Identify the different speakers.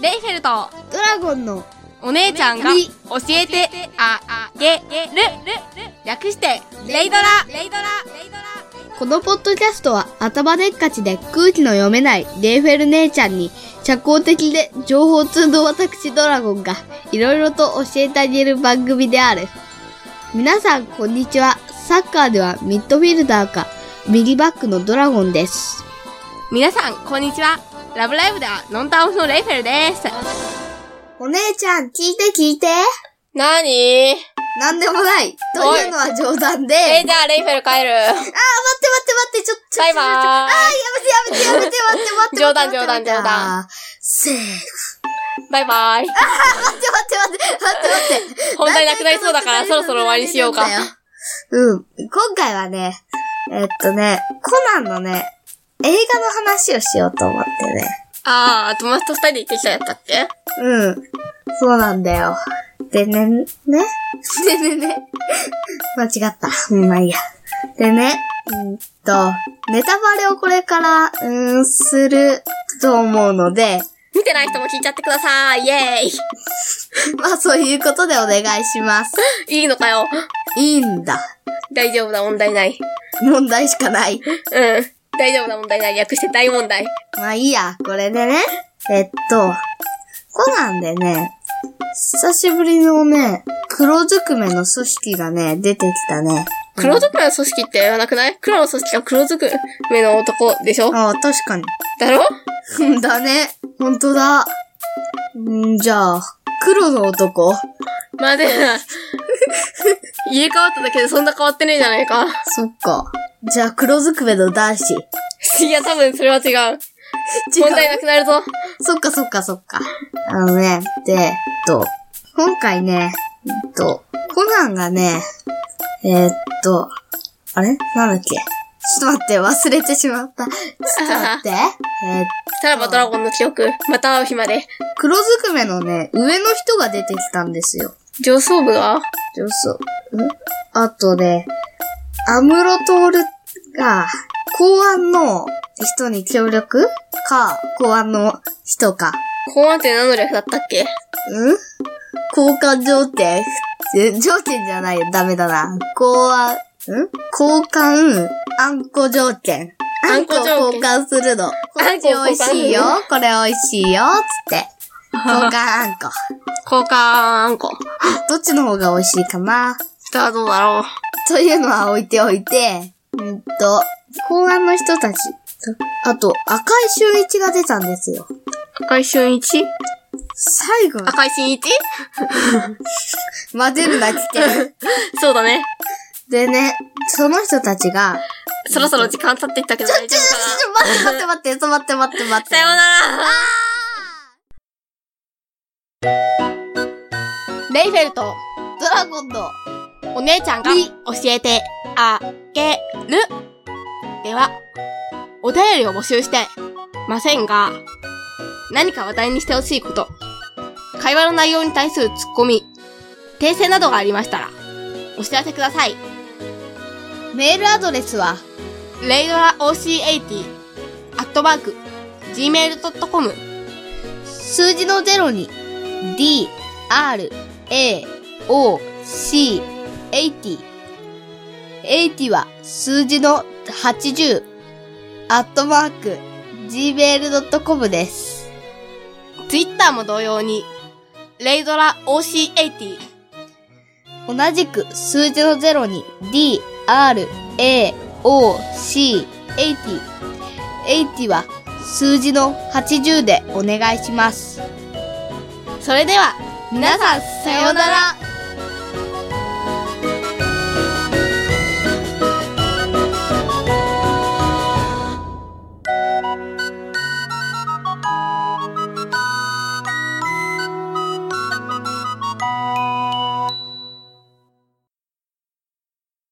Speaker 1: レイフェルト
Speaker 2: ドラゴンの
Speaker 1: お姉ちゃんが
Speaker 2: み
Speaker 1: 教えてあげる略してレイドラレイドラレイドラ
Speaker 2: このポッドキャストは頭でっかちで空気の読めないレイフェル姉ちゃんに社交的で情報通の私ドラゴンがいろいろと教えてあげる番組である。皆さんこんにちは。サッカーではミッドフィルダーか右バックのドラゴンです。
Speaker 1: 皆さんこんにちはラブライブではノンタオフのレイフェルです
Speaker 2: お姉ちゃん聞いて聞いて。
Speaker 1: なにえ
Speaker 2: なんでもない。というのは冗談で。
Speaker 1: ー、じゃあレイフェル帰る
Speaker 2: あー、待って待って待って、ちょ、ちょ、
Speaker 1: バイ
Speaker 2: ちょ、ちょ
Speaker 1: バーイ
Speaker 2: あー、やめてやめてやめて待って待って待って。
Speaker 1: 冗談冗談
Speaker 2: 待って
Speaker 1: 冗談。
Speaker 2: あーセーフ。
Speaker 1: バイバイ
Speaker 2: 待って待って待って待って待って。
Speaker 1: 本題なくなりそうだからそろそろ終わりにしようか
Speaker 2: うん。今回はね、えっとね、コナンのね、映画の話をしようと思ってね。
Speaker 1: あー友達と二人で行ってきたやったっけ
Speaker 2: うん。そうなんだよ。でね、ね。でねね。間違った。うんまあいいや。でね、うんと、ネタバレをこれから、うん、すると思うので、
Speaker 1: 見てない人も聞いちゃってくださいイエー
Speaker 2: まあそういうことでお願いします。
Speaker 1: イいいのかよ
Speaker 2: いいんだ。
Speaker 1: 大丈夫だ問題ない
Speaker 2: 問題しかない。
Speaker 1: うん大丈夫だ問題ない略して大問題
Speaker 2: まあいいや、これでね。えっと、コナンでね、久しぶりのね、黒ずくめの組織がね、出てきたね。
Speaker 1: 黒ずくめの組織って言わなくない黒の組織は黒ずくめの男でしょ
Speaker 2: ああ、確かに。
Speaker 1: だろ
Speaker 2: うんだね。ほんとだ。んーじゃあ、黒の男。
Speaker 1: まあでも、家変わっただけでそんな変わってねえじゃないか。
Speaker 2: そっか。じゃあ、黒ずくめの男子。違
Speaker 1: いや、多分それは違う。 問題なくなるぞ。
Speaker 2: そっかそっかそっか。あのね、で、えっと、今回ね、えっと、コナンがね、えーっと、あれなんだっけちょっと待って、忘れてしまった。ちょっと待って。えー
Speaker 1: さらばドラゴンの記憶、また会う日まで。
Speaker 2: 黒ずくめのね、上の人が出てきたんですよ。
Speaker 1: 上層部が
Speaker 2: 上層。んあとね、アムロトールが、公安の人に協力か、公安の人か。
Speaker 1: 公安って何の略だったっけ
Speaker 2: ん交換条件え条件じゃないよ。ダメだな。公安、ん交換、あんこ条件。あ
Speaker 1: あ
Speaker 2: ん
Speaker 1: んこ
Speaker 2: こ
Speaker 1: 条件
Speaker 2: 交換するの。こ
Speaker 1: あ
Speaker 2: れ
Speaker 1: んこを
Speaker 2: 美味しいよ
Speaker 1: 交。
Speaker 2: これ美味しいよ。つって。交換あんこ。
Speaker 1: 交換あんこ。
Speaker 2: どっちの方が美味しいかな
Speaker 1: 人はどうだろう。
Speaker 2: というのは置いておいて、うんと、公安の人たち。あと、赤い俊一が出たんですよ。
Speaker 1: 赤い俊一
Speaker 2: 最後、
Speaker 1: 赤い俊一
Speaker 2: 混ぜるな危 険。
Speaker 1: そうだね。
Speaker 2: でね、その人たちが、
Speaker 1: そろそろ時間経ってきたけど
Speaker 2: ちょ、ちょ、
Speaker 1: 大
Speaker 2: ち
Speaker 1: 丈
Speaker 2: ょ、
Speaker 1: 夫かな
Speaker 2: ちょ、待って待って待って、待って待って待って。
Speaker 1: さようならレイフェルト
Speaker 2: ドラゴンの、
Speaker 1: お姉ちゃんが
Speaker 2: み
Speaker 1: 教えてあげる。では、お便りを募集してませんが、何か話題にしてほしいこと、会話の内容に対するツッコミ、訂正などがありましたら、お知らせください。
Speaker 2: メールアドレスは、
Speaker 1: レイドラ OC80、アットマーク、gmail.com、
Speaker 2: 数字の0に、d, r, a, o, c, 80。80は数字の80、アットマーク、gmail.com です。
Speaker 1: Twitter も同様に、レイドラ OC80、
Speaker 2: 同じく数字の0に、d, r, a, o, c, 80。80は数字の80でお願いします。
Speaker 1: それでは、皆さん、さ
Speaker 2: さ
Speaker 1: よ
Speaker 2: よ
Speaker 1: う
Speaker 2: う
Speaker 1: な
Speaker 2: な
Speaker 1: ら
Speaker 2: ら。